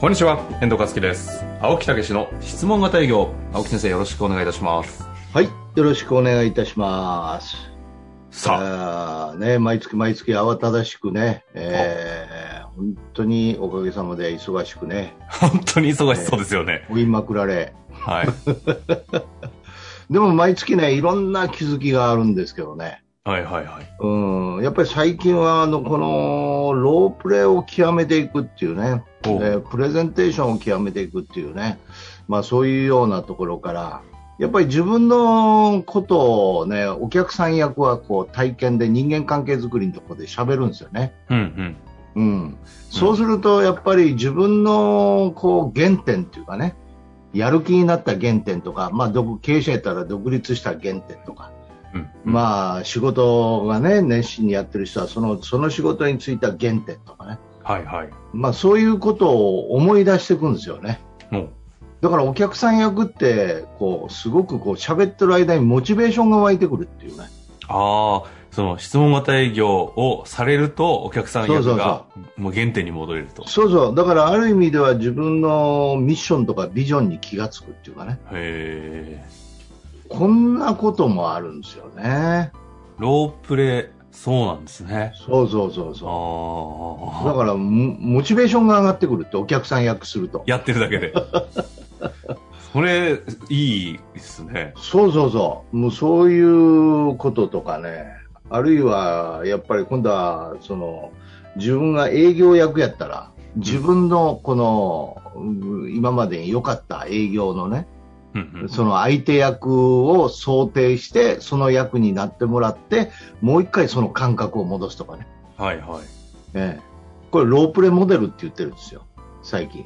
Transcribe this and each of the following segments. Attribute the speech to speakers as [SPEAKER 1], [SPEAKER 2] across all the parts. [SPEAKER 1] こんにちは、遠藤和樹です。青木武の質問型営業、青木先生よろしくお願いいたします。
[SPEAKER 2] はい、よろしくお願いいたします。
[SPEAKER 1] さあ、
[SPEAKER 2] あーね、毎月毎月慌ただしくね、えー本当におかげさまで忙しくね、
[SPEAKER 1] 本当に忙しそうですよね。
[SPEAKER 2] 追いまくられ、
[SPEAKER 1] はい。
[SPEAKER 2] でも毎月ね、いろんな気づきがあるんですけどね、
[SPEAKER 1] はいはいはい。
[SPEAKER 2] うん、やっぱり最近はあのこのロープレーを極めていくっていうね、
[SPEAKER 1] お
[SPEAKER 2] でプレゼンテーションを極めていくっていうね、まあ、そういうようなところから、やっぱり自分のことをね、お客さん役はこう体験で人間関係づくりのところで喋るんですよね。
[SPEAKER 1] うんうん。
[SPEAKER 2] うん、そうすると、やっぱり自分のこう原点というかね、やる気になった原点とか、まあ、独経営者やったら独立した原点とか、
[SPEAKER 1] うん。
[SPEAKER 2] まあ、仕事がね、熱心にやってる人はその、その仕事についた原点とかね、
[SPEAKER 1] はいはい。
[SPEAKER 2] まあ、そういうことを思い出していくんですよね。
[SPEAKER 1] も
[SPEAKER 2] だからお客さん役って、こう、すごくこう、喋ってる間にモチベーションが湧いてくるっていうね。
[SPEAKER 1] う、ああ、その質問型営業をされると、お客さん役がもう原点に戻れると。
[SPEAKER 2] そうそう。だからある意味では自分のミッションとかビジョンに気がつくっていうかね。
[SPEAKER 1] へえ。
[SPEAKER 2] こんなこともあるんですよね。
[SPEAKER 1] ロープレイ、そうなんですね。
[SPEAKER 2] そうそうそう
[SPEAKER 1] あ
[SPEAKER 2] そ
[SPEAKER 1] あ
[SPEAKER 2] う。だ。からモ、モチベーションが上がってくるって、お客さん役すると。
[SPEAKER 1] やってるだけ で。それ、いいですね。
[SPEAKER 2] そうそうそう。もうそういうこととかね。あるいは、やっぱり今度は、その、自分が営業役やったら、自分のこの、うん今までに良かった営業のね、
[SPEAKER 1] うんうん。
[SPEAKER 2] その相手役を想定して、その役になってもらって、もう一回その感覚を戻すとかね。
[SPEAKER 1] はいはい。
[SPEAKER 2] ええ、これ、ロープレモデルって言ってるんですよ、最近。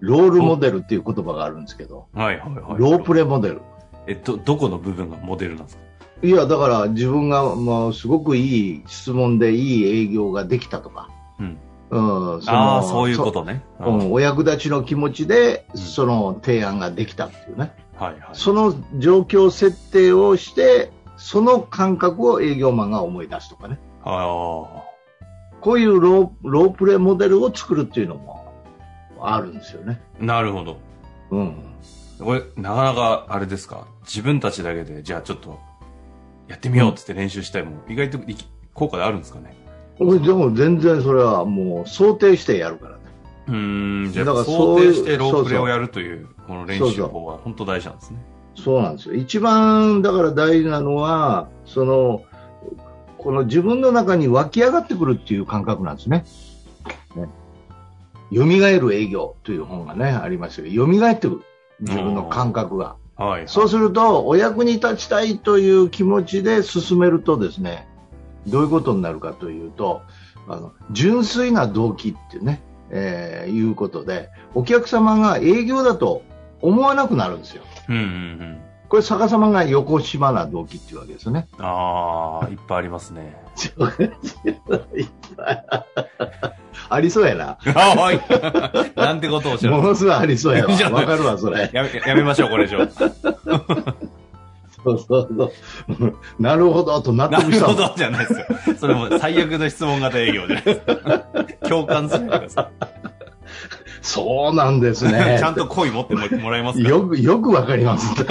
[SPEAKER 2] ロールモデルっていう言葉があるんですけど、
[SPEAKER 1] はいはいはい。
[SPEAKER 2] ロープレモデル。
[SPEAKER 1] え、ど、どこの部分がモデルなんですか
[SPEAKER 2] いや、だから自分が、まあ、すごくいい質問でいい営業ができたとか、
[SPEAKER 1] うん。
[SPEAKER 2] うん、その
[SPEAKER 1] ああ、そういうことね。
[SPEAKER 2] そうん、お役立ちの気持ちで、その提案ができたっていうね、
[SPEAKER 1] はいはい。
[SPEAKER 2] その状況設定をして、その感覚を営業マンが思い出すとかね、
[SPEAKER 1] あ
[SPEAKER 2] こういうローロープレモデルを作るっていうのもあるんですよね。
[SPEAKER 1] あ、なるほど。
[SPEAKER 2] うん
[SPEAKER 1] これ、なかなか、あれですか。自分たちだけで、じゃあちょっと、やってみようっつって練習しても、意外といき効果であるんですかね。
[SPEAKER 2] 俺でも全然それはもう想定してやるからね。
[SPEAKER 1] うーん、じゃあ
[SPEAKER 2] だから
[SPEAKER 1] 想
[SPEAKER 2] そうい
[SPEAKER 1] 定
[SPEAKER 2] う
[SPEAKER 1] してロープレイ
[SPEAKER 2] そうそ
[SPEAKER 1] を
[SPEAKER 2] う
[SPEAKER 1] やるという、この練習法は本当大事なんですね。
[SPEAKER 2] そうなんですよ。一番だから大事なのは、その、この自分の中に湧き上がってくるっていう感覚なんですね。ね蘇る営業という本がね、ありますよ。蘇ってくる。自分の感覚が。
[SPEAKER 1] はい、はい。
[SPEAKER 2] そうすると、お役に立ちたいという気持ちで進めるとですね、どういうことになるかというと、あの純粋な動機ってね、えーいうことで、お客様が営業だと思わなくなるんですよ。
[SPEAKER 1] うんうんうん。
[SPEAKER 2] これ逆さまが横島な動機っていうわけですよね。
[SPEAKER 1] ああ、いっぱいありますね。
[SPEAKER 2] ありそうやな。
[SPEAKER 1] ああ、はい。 なんてことをおっしゃ
[SPEAKER 2] も
[SPEAKER 1] る。
[SPEAKER 2] のすごいありそうやわ。
[SPEAKER 1] いいじゃない
[SPEAKER 2] わかるわ、それ。
[SPEAKER 1] やめ、やめましょう、これ以上。
[SPEAKER 2] そうそうそう。なるほど、と納
[SPEAKER 1] な
[SPEAKER 2] 得し
[SPEAKER 1] る
[SPEAKER 2] た
[SPEAKER 1] ほ
[SPEAKER 2] もん
[SPEAKER 1] どじゃないですよ。それも最悪の質問型営業じゃないですか。共感するからさ
[SPEAKER 2] そうなんですね
[SPEAKER 1] ち。ゃんと恋持ってももらえますから。
[SPEAKER 2] よく、よくわかります。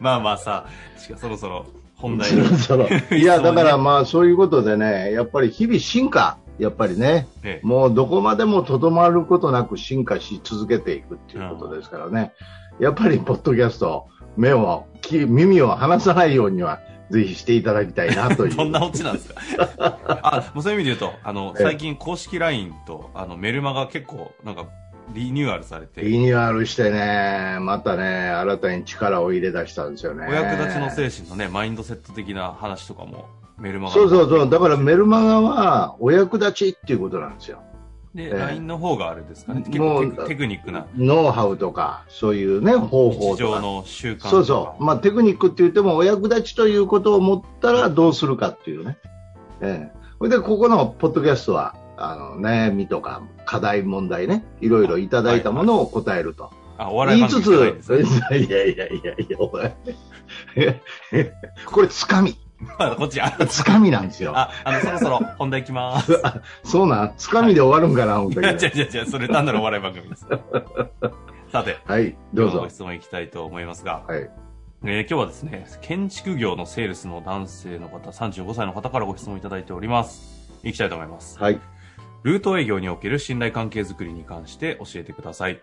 [SPEAKER 1] まあまあさ、しかそろそろ本題
[SPEAKER 2] そ
[SPEAKER 1] に
[SPEAKER 2] ろ。そろ。いや、だからまあそういうことでね、やっぱり日々進化、やっぱりね、
[SPEAKER 1] ええ
[SPEAKER 2] もうどこまでもとどまることなく進化し続けていくっていうことですからね、やっぱりポッドキャスト、目を、き耳を離さないようには、ぜひしていただきたいなという。
[SPEAKER 1] ど んなオチなんですかあ、もうそういう意味で言うと、あの、
[SPEAKER 2] ええ
[SPEAKER 1] 最近公式 LINE と、あの、メルマが結構、なんか、リニューアルされて、
[SPEAKER 2] リニューアルしてね、またね、新たに力を入れ出したんですよね。
[SPEAKER 1] お役立ちの精神のね、マインドセット的な話とかも、メルマガ
[SPEAKER 2] そうそうそう。だからメルマガはお役立ちっていうことなんですよ。
[SPEAKER 1] で、
[SPEAKER 2] ええ
[SPEAKER 1] LINE の方があれですかね結
[SPEAKER 2] も
[SPEAKER 1] 構
[SPEAKER 2] う
[SPEAKER 1] テクテクニックな
[SPEAKER 2] ノウハウとか、そういうね、方法
[SPEAKER 1] 日
[SPEAKER 2] と
[SPEAKER 1] 常
[SPEAKER 2] か。
[SPEAKER 1] の習慣とか
[SPEAKER 2] そうそう。まあテクニックって言ってもお役立ちということを持ったらどうするかっていうね。ええ。それで、ここのポッドキャストは、あの、悩みとか課題問題ね、いろいろいただいたものを答えると。
[SPEAKER 1] あお笑い
[SPEAKER 2] 言い
[SPEAKER 1] 番組じ
[SPEAKER 2] つ
[SPEAKER 1] ゃないん
[SPEAKER 2] つ
[SPEAKER 1] で、すね
[SPEAKER 2] いやいやいやいや、お前。 これ、つかみ。
[SPEAKER 1] まあこっちあ
[SPEAKER 2] つかみなんですよ。
[SPEAKER 1] ああのそろそろ本題いきます
[SPEAKER 2] そうなんつかみで終わるんかな、思っ
[SPEAKER 1] いや
[SPEAKER 2] た
[SPEAKER 1] 違う
[SPEAKER 2] け
[SPEAKER 1] 違う違うそれ単なるお笑い番組です さて
[SPEAKER 2] ど。はい、どう
[SPEAKER 1] 今日のご
[SPEAKER 2] ぞ。
[SPEAKER 1] 質問いきたいと思いますが、
[SPEAKER 2] はい。
[SPEAKER 1] えー今日はですね建築業のセールスの男性の方35歳の方からご質問いただいておりますいきたいと思います
[SPEAKER 2] はい。
[SPEAKER 1] ルート営業における信頼関係づくりに関して教えてください。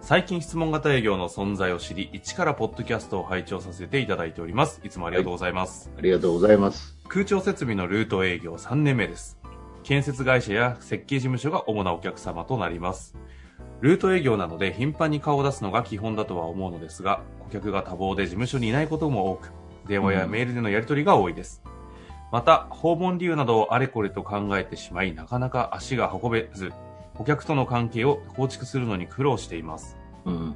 [SPEAKER 1] 最近質問型営業の存在を知り、一からポッドキャストを拝聴させていただいております。いつもありがとうございます。
[SPEAKER 2] ありがとうございます。
[SPEAKER 1] 空調設備のルート営業3年目です。建設会社や設計事務所が主なお客様となります。ルート営業なので頻繁に顔を出すのが基本だとは思うのですが、顧客が多忙で事務所にいないことも多く、電話やメールでのやり取りが多いです。また、訪問理由などをあれこれと考えてしまい、なかなか足が運べず、顧客との関係を構築するのに苦労しています。
[SPEAKER 2] うん。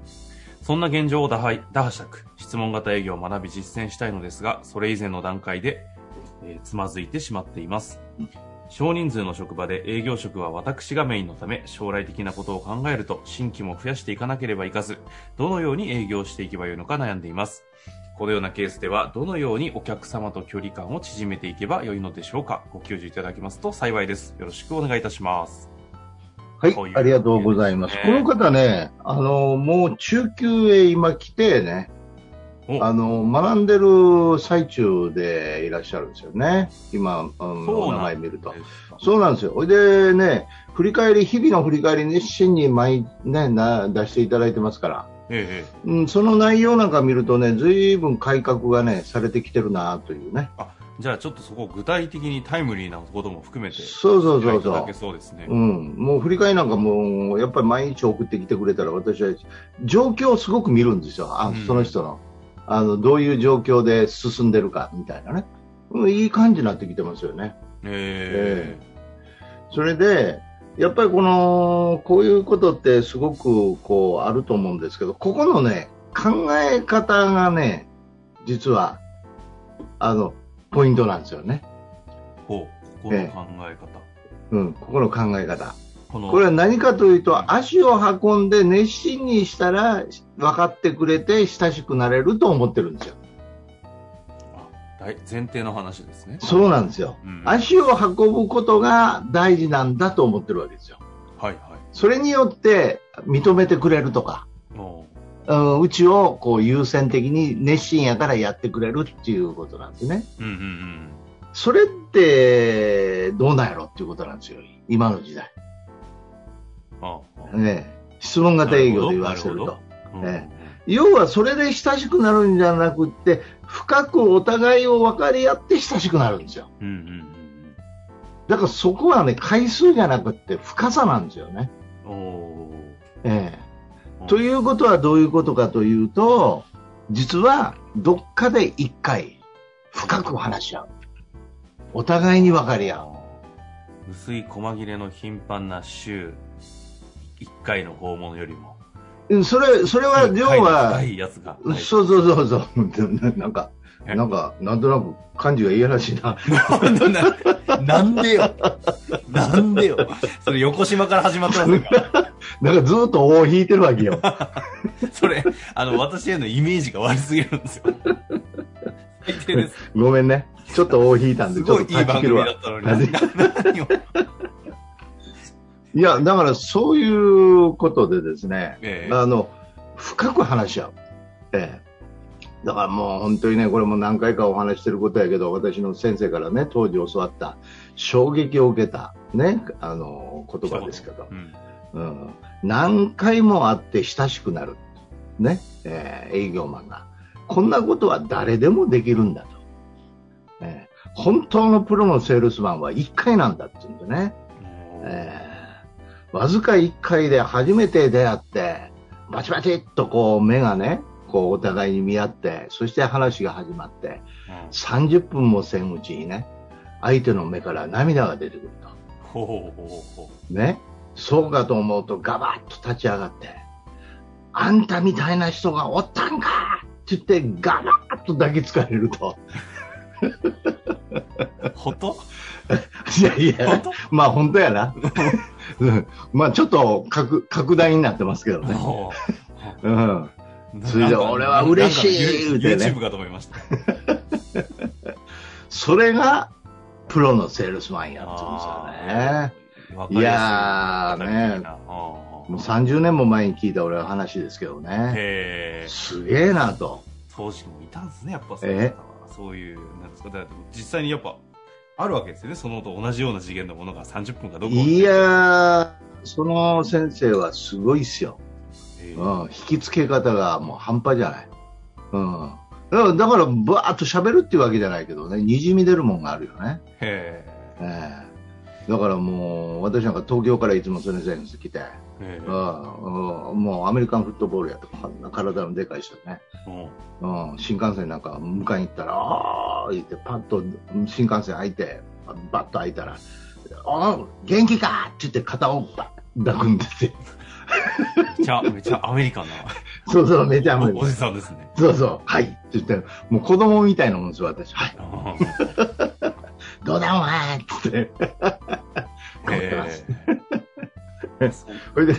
[SPEAKER 1] そんな現状を打破打破したく、質問型営業を学び実践したいのですが、それ以前の段階で、えーつまずいてしまっています。少人数の職場で営業職は私がメインのため、将来的なことを考えると、新規も増やしていかなければいかず、どのように営業していけばよいのか悩んでいます。このようなケースでは、どのようにお客様と距離感を縮めていけばよいのでしょうかご教授いただけますと幸いです。よろしくお願いいたします。
[SPEAKER 2] はい
[SPEAKER 1] こういう、
[SPEAKER 2] ありがとうございます。
[SPEAKER 1] ね
[SPEAKER 2] この方ね、あの、もう中級へ今来てね、
[SPEAKER 1] お
[SPEAKER 2] あの、学んでる最中でいらっしゃるんですよね。今、あのお名前見ると。そうなんですよ。ほいでね、振り返り、日々の振り返り熱心に毎、ね、な出していただいてますから、
[SPEAKER 1] ええええ
[SPEAKER 2] うん、その内容なんか見るとね、ずいぶん改革がね、されてきてるなというね。
[SPEAKER 1] じゃあちょっとそこを具体的にタイムリーなことも含めて
[SPEAKER 2] そうそうそ
[SPEAKER 1] いうただ
[SPEAKER 2] そ
[SPEAKER 1] け
[SPEAKER 2] う。
[SPEAKER 1] そうですね。
[SPEAKER 2] うん、もう振り返りなんかもう、やっぱり毎日送ってきてくれたら、私は状況をすごく見るんですよ、あ
[SPEAKER 1] うん
[SPEAKER 2] その人のあの、どういう状況で進んでるかみたいなね、うん、いい感じになってきてますよね。
[SPEAKER 1] ええ
[SPEAKER 2] それで、やっぱりこの、こういうことってすごくこうあると思うんですけど、ここのね、考え方がね、実は、あの、ポイントなんですよね。
[SPEAKER 1] ほうここの考え方、
[SPEAKER 2] うん、ここの考え方。
[SPEAKER 1] この
[SPEAKER 2] これは何かというと、足を運んで熱心にしたら分かってくれて親しくなれると思ってるんですよ。
[SPEAKER 1] あ大前提の話ですね。
[SPEAKER 2] そうなんですよ。
[SPEAKER 1] うんはい
[SPEAKER 2] 足を運ぶことが大事なんだと思ってるわけですよ。
[SPEAKER 1] はい。
[SPEAKER 2] それによって認めてくれるとか、
[SPEAKER 1] もう
[SPEAKER 2] うんうちをこう優先的に熱心やからやってくれるっていうことなんですね。
[SPEAKER 1] うんうんうん。
[SPEAKER 2] それってどうなんやろっていうことなんですよ、今の時代。
[SPEAKER 1] ああ
[SPEAKER 2] ねえ、質問型営業で言わせる
[SPEAKER 1] なる
[SPEAKER 2] と。
[SPEAKER 1] うん
[SPEAKER 2] ね要はそれで親しくなるんじゃなくって、深くお互いを分かり合って親しくなるんですよ。
[SPEAKER 1] うんうんうん
[SPEAKER 2] だからそこはね、回数じゃなくって深さなんですよね。
[SPEAKER 1] うん。おー
[SPEAKER 2] え
[SPEAKER 1] う
[SPEAKER 2] え、
[SPEAKER 1] ん
[SPEAKER 2] ということはどういうことかというと、実はどっかで一回深く話し合う。お互いに分かり合う。
[SPEAKER 1] 薄い細切れの頻繁な週一回の訪問よりも。
[SPEAKER 2] うんそれ、それは、要は
[SPEAKER 1] 深、いやつが。
[SPEAKER 2] うんそうそうそう そう、ななんか、
[SPEAKER 1] え
[SPEAKER 2] なんか、なんとなく感じが嫌らしいな。
[SPEAKER 1] 本当な なんでよ。なんでよ。それ横島から始まってませんか
[SPEAKER 2] なんかずっと尾を引いてるわけよ。
[SPEAKER 1] それ、あの、私へのイメージが悪すぎるんですよ。最低です。
[SPEAKER 2] ごめんね。ちょっと尾を引いたん
[SPEAKER 1] す
[SPEAKER 2] で、ちょ
[SPEAKER 1] ご
[SPEAKER 2] っ
[SPEAKER 1] い
[SPEAKER 2] と
[SPEAKER 1] いい
[SPEAKER 2] 断ち
[SPEAKER 1] 番
[SPEAKER 2] 切る
[SPEAKER 1] 組
[SPEAKER 2] わ
[SPEAKER 1] だ。ったの に。
[SPEAKER 2] 断ち
[SPEAKER 1] 何を。
[SPEAKER 2] いや、だからそういうことでですね、
[SPEAKER 1] ええ
[SPEAKER 2] あの、深く話し合う。ええ。だからもう本当にね、これも何回かお話ししてることやけど、私の先生からね、当時教わった、衝撃を受けた、ね、あの、言葉ですけど、
[SPEAKER 1] うん
[SPEAKER 2] うん、何回も会って親しくなる。ね、ええ営業マンが。こんなことは誰でもできるんだと。ええ本当のプロのセールスマンは1回なんだって言うんでね。えーわずか1回で初めて出会って、バチバチっとこう目がね、こうお互いに見合って、そして話が始まって、30分もせんうちにね、相手の目から涙が出てくると。
[SPEAKER 1] ほうほうほうほ
[SPEAKER 2] ね。そうかと思うとガバッと立ち上がって、あんたみたいな人がおったんかって言ってガバッと抱きつかれると。
[SPEAKER 1] う。ほと
[SPEAKER 2] いやい
[SPEAKER 1] ほ
[SPEAKER 2] や、
[SPEAKER 1] と
[SPEAKER 2] まあ本当やな。うんまあちょっと拡拡大になってますけどね。
[SPEAKER 1] ほ
[SPEAKER 2] うん。
[SPEAKER 1] う
[SPEAKER 2] それで俺は嬉しい
[SPEAKER 1] なんか
[SPEAKER 2] 言うてね
[SPEAKER 1] YouTube かと思いました。
[SPEAKER 2] それがプロのセールスマンやってるんですよ
[SPEAKER 1] あ
[SPEAKER 2] ね。
[SPEAKER 1] ーわか
[SPEAKER 2] い
[SPEAKER 1] りやすい
[SPEAKER 2] やーね、もう30年も前に聞いた俺の話ですけどね。
[SPEAKER 1] へえ
[SPEAKER 2] すげえなと。
[SPEAKER 1] 当時もいたんですねやっぱそういう方はそういうなんですかだから実際にやっぱあるわけですよねそのと同じような次元のものが30分かどうか
[SPEAKER 2] いやー、その先生はすごいっすよ。
[SPEAKER 1] え
[SPEAKER 2] うん、引き付け方がもう半端じゃない。うん。だから、だからバーッと喋るっていうわけじゃないけどね、滲み出るもんがあるよね。
[SPEAKER 1] へ
[SPEAKER 2] ええだからもう、私なんか東京からいつもその先生来て、
[SPEAKER 1] え
[SPEAKER 2] うん、うんもうアメリカンフットボールやとか、体のでかい人ね。
[SPEAKER 1] うん
[SPEAKER 2] うん、新幹線なんか迎えに行ったら、あー言って、パッと新幹線開いて、バッと開いたら、あー元気かって言って肩をバッ抱くんですよ。
[SPEAKER 1] めっちゃめっちゃアメリカンな
[SPEAKER 2] そうそう、めちゃめち
[SPEAKER 1] お
[SPEAKER 2] ゃ
[SPEAKER 1] お。じさんですね
[SPEAKER 2] そうそう、はいって言って、もう子供みたいなもんですよ、私。はい、
[SPEAKER 1] うん
[SPEAKER 2] どうだお前って言って。頑張ってま
[SPEAKER 1] へ
[SPEAKER 2] す
[SPEAKER 1] えそう
[SPEAKER 2] それで、
[SPEAKER 1] うん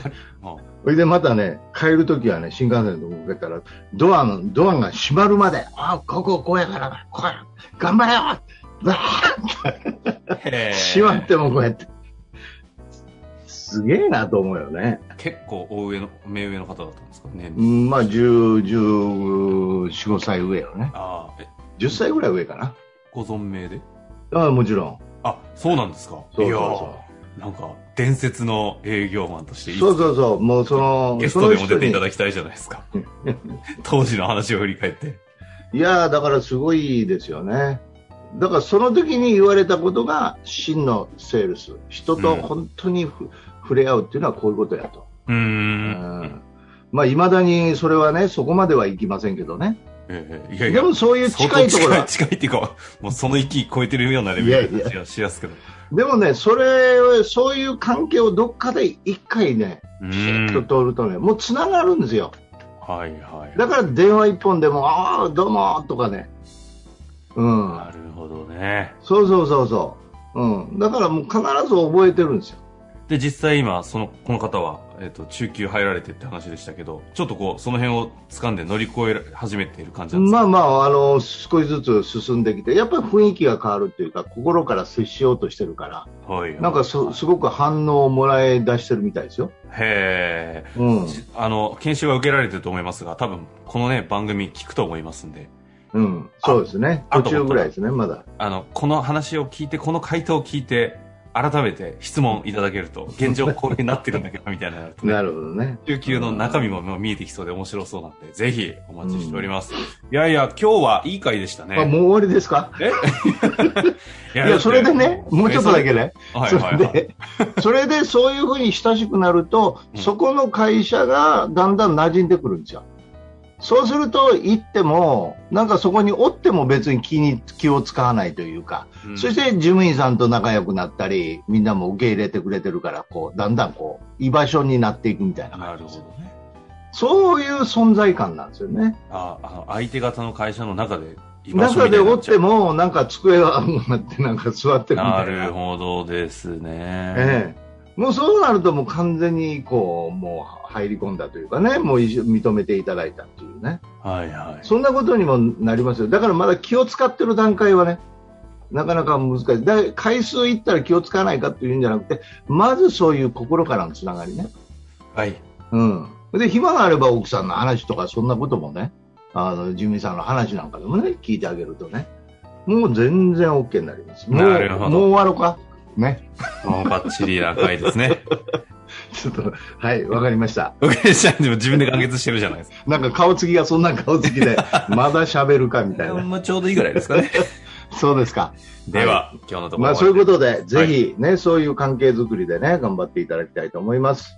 [SPEAKER 2] それでまたね、帰るときはね、新幹線のとこ受けたら、ドアの、ドアが閉まるまで、あーこここうやからな、こうや、頑張れよわー
[SPEAKER 1] へえ
[SPEAKER 2] 閉まってもこうやって。すげえなと思うよね。
[SPEAKER 1] 結構お上の目上の方だったんですかね
[SPEAKER 2] うん、まあ、10、14、5歳上よね。
[SPEAKER 1] ああえ
[SPEAKER 2] 10歳ぐらい上かな。
[SPEAKER 1] ご存命で
[SPEAKER 2] ああ、もちろん。
[SPEAKER 1] あそうなんですか
[SPEAKER 2] そうそう
[SPEAKER 1] いや
[SPEAKER 2] そ
[SPEAKER 1] ーなんか伝説の営業マンとして
[SPEAKER 2] う。
[SPEAKER 1] いい
[SPEAKER 2] そうそうそう。もうその、
[SPEAKER 1] ゲストでも
[SPEAKER 2] その人
[SPEAKER 1] 出
[SPEAKER 2] に
[SPEAKER 1] ていただきたいじゃないですか。当時の話を振り返って。
[SPEAKER 2] いやー、だからすごいですよね。だからその時に言われたことが真のセールス。人と本当にふ、触れ合うっていうのはこういうことやと。
[SPEAKER 1] うー。
[SPEAKER 2] うんん。まあ、未だにそれはね、そこまではいきませんけどね。
[SPEAKER 1] ええいやい
[SPEAKER 2] で
[SPEAKER 1] や、
[SPEAKER 2] もそういう
[SPEAKER 1] 相
[SPEAKER 2] 近
[SPEAKER 1] 当
[SPEAKER 2] いところ
[SPEAKER 1] 近い、
[SPEAKER 2] は
[SPEAKER 1] 近いっていうか、もうその域超えてるようなレベルの話はしやすけど。
[SPEAKER 2] でもね、それ、そういう関係をどっかで一回ね、
[SPEAKER 1] う
[SPEAKER 2] シュ
[SPEAKER 1] ー
[SPEAKER 2] ッ
[SPEAKER 1] ん。
[SPEAKER 2] と通るとね、もう繋がるんですよ。
[SPEAKER 1] はいはい。
[SPEAKER 2] だから電話一本でも、ああ、どうも、とかね。うん。
[SPEAKER 1] なるほどね。
[SPEAKER 2] そうそうそうそう。うん。だからもう必ず覚えてるんですよ。
[SPEAKER 1] で、実際今、その、この方は、えっ、と、中級入られてって話でしたけど、ちょっとこう、その辺を掴んで乗り越えら始めている感じなんです
[SPEAKER 2] ま
[SPEAKER 1] か
[SPEAKER 2] あまあ、あの、少しずつ進んできて、やっぱり雰囲気が変わるっていうか、心から接しようとしてるから、
[SPEAKER 1] はい。
[SPEAKER 2] なんかそすごく反応をもらい出してるみたいですよ。
[SPEAKER 1] へえ。
[SPEAKER 2] うん。
[SPEAKER 1] じあの、研修は受けられてると思いますが、多分、このね、番組聞くと思いますんで、
[SPEAKER 2] うん。そうですね。
[SPEAKER 1] あ
[SPEAKER 2] 途中ぐらいですね、まだ。
[SPEAKER 1] あの、この話を聞いて、この回答を聞いて、改めて質問いただけると、現状こういうふうになってるんだけど、みたいなのあるとね
[SPEAKER 2] なるほどね。
[SPEAKER 1] 中級の中身ももう見えてきそうで面白そうなんで、ぜひお待ちしております。いやいや、今日はいい回でしたね。
[SPEAKER 2] あ、もう終わりですか
[SPEAKER 1] え い
[SPEAKER 2] いや、それでね、もうちょっとだ。
[SPEAKER 1] だ
[SPEAKER 2] けね。
[SPEAKER 1] ってえ
[SPEAKER 2] そ
[SPEAKER 1] それはいはいは
[SPEAKER 2] れ
[SPEAKER 1] い。
[SPEAKER 2] で、それでそういうふうに親しくなると、
[SPEAKER 1] うん
[SPEAKER 2] そこの会社がだんだん馴染んでくるんですよ。そうすると、行っても、なんかそこにおっても別に気に気を使わないというか、
[SPEAKER 1] うん
[SPEAKER 2] そして事務員さんと仲良くなったり、みんなも受け入れてくれてるから、こう、だんだんこう、居場所になっていくみたいな
[SPEAKER 1] な
[SPEAKER 2] 感
[SPEAKER 1] る
[SPEAKER 2] じです
[SPEAKER 1] ほどね。
[SPEAKER 2] そういう存在感なんですよね。
[SPEAKER 1] あ、あの、相手方の会社の中で、
[SPEAKER 2] 中でおって
[SPEAKER 1] も。
[SPEAKER 2] も、なんか机があって、なんか座ってるみた
[SPEAKER 1] ない
[SPEAKER 2] な。
[SPEAKER 1] るほどですね。
[SPEAKER 2] ええもうそうなるともう完全にこう、もう入り込んだというかね、もう一緒認めていただいたっていうね。
[SPEAKER 1] はいはい。
[SPEAKER 2] そんなことにもなりますよ。だからまだ気を使ってる段階はね、なかなか難しい。だ回数いったら気を使わないかっていうんじゃなくて、まずそういう心からのつながりね。
[SPEAKER 1] はい。
[SPEAKER 2] うん。で、暇があれば奥さんの話とかそんなこともね、あの、ジミーさんの話なんかでもね、聞いてあげるとね、もう全然 OK になります。もう、
[SPEAKER 1] なるほど
[SPEAKER 2] もう終わろうか。ね。
[SPEAKER 1] もうバッチリな回ですね。
[SPEAKER 2] ちょっと、はい、わかりました。
[SPEAKER 1] 僕でしたでも自分で完結してるじゃないですか。
[SPEAKER 2] なんか顔つきがそんな顔つき で、まだ喋るかみたいな。
[SPEAKER 1] まあちょうどいいぐらいですかね。
[SPEAKER 2] そうですか。
[SPEAKER 1] では、今日のところ。
[SPEAKER 2] まあそういうこととで、ぜひね、そういう関係づくりでね、頑張っていただきたいと思います。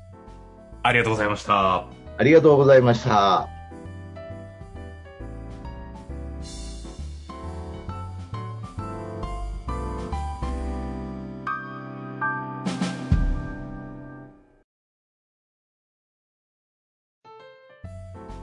[SPEAKER 1] ありがとうございました。
[SPEAKER 2] ありがとうございました。